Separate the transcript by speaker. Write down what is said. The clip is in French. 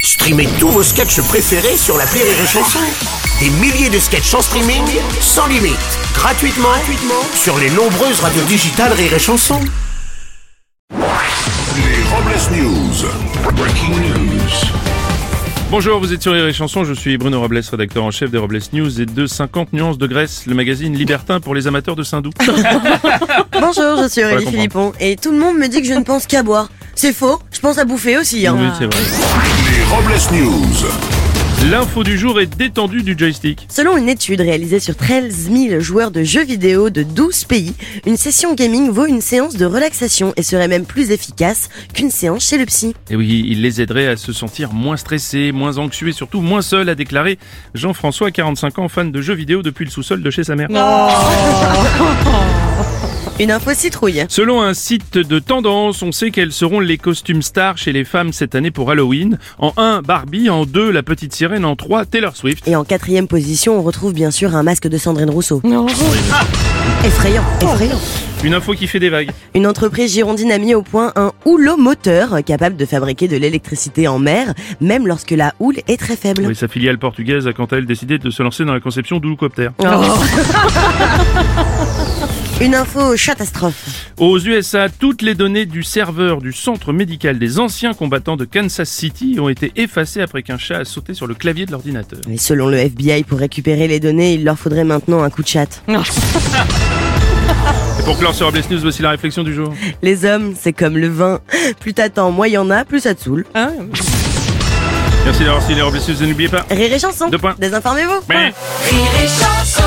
Speaker 1: Streamez tous vos sketchs préférés sur la Rire et Chanson. Des milliers de sketchs en streaming, sans limite, gratuitement, gratuitement sur les nombreuses radios digitales Rire et Chanson.
Speaker 2: Les Robles News. Breaking news.
Speaker 3: Bonjour, vous êtes sur Rire et Chanson, je suis Bruno Robles, rédacteur en chef des Robles News et de 50 nuances de Grèce, le magazine libertin pour les amateurs de Saint-Doux.
Speaker 4: Bonjour, je suis Aurélie
Speaker 3: comprendre.
Speaker 4: Philippon et tout le monde me dit que je ne pense qu'à boire. C'est faux, je pense à bouffer aussi. hein.
Speaker 3: Oui, c'est vrai.
Speaker 2: Les Robles News.
Speaker 3: L'info du jour est détendue du joystick.
Speaker 4: Selon une étude réalisée sur 13 000 joueurs de jeux vidéo de 12 pays, une session gaming vaut une séance de relaxation et serait même plus efficace qu'une séance chez le psy.
Speaker 3: Et oui, il les aiderait à se sentir moins stressés, moins anxieux et surtout moins seuls, a déclaré Jean-François, 45 ans, fan de jeux vidéo depuis le sous-sol de chez sa mère.
Speaker 4: Une info citrouille.
Speaker 3: Selon un site de tendance, on sait quels seront les costumes stars chez les femmes cette année pour Halloween. En 1, Barbie, en 2, La Petite Sirène, en 3, Taylor Swift.
Speaker 4: Et en quatrième position, on retrouve bien sûr un masque de Sandrine Rousseau. Effrayant, effrayant.
Speaker 3: Une info qui fait des vagues.
Speaker 4: Une entreprise girondine a mis au point un houlomoteur capable de fabriquer de l'électricité en mer, même lorsque la houle est très faible.
Speaker 3: Oui, sa filiale portugaise a quant à elle décidé de se lancer dans la conception d'hélicoptères.
Speaker 4: Une info catastrophe.
Speaker 3: Aux USA, toutes les données du serveur du centre médical des anciens combattants de Kansas City ont été effacées après qu'un chat a sauté sur le clavier de l'ordinateur.
Speaker 4: Et selon le FBI, pour récupérer les données, il leur faudrait maintenant un coup de chat.
Speaker 3: Et pour clore sur Robles News, voici la réflexion du jour.
Speaker 4: Les hommes, c'est comme le vin. Plus t'attends, moins y en a, plus ça te saoule.
Speaker 3: Merci d'avoir suivi les Robles News et n'oubliez pas...
Speaker 4: Rire et chanson.
Speaker 3: Deux points.
Speaker 4: Désinformez-vous.
Speaker 3: Mais-
Speaker 5: Rire et chanson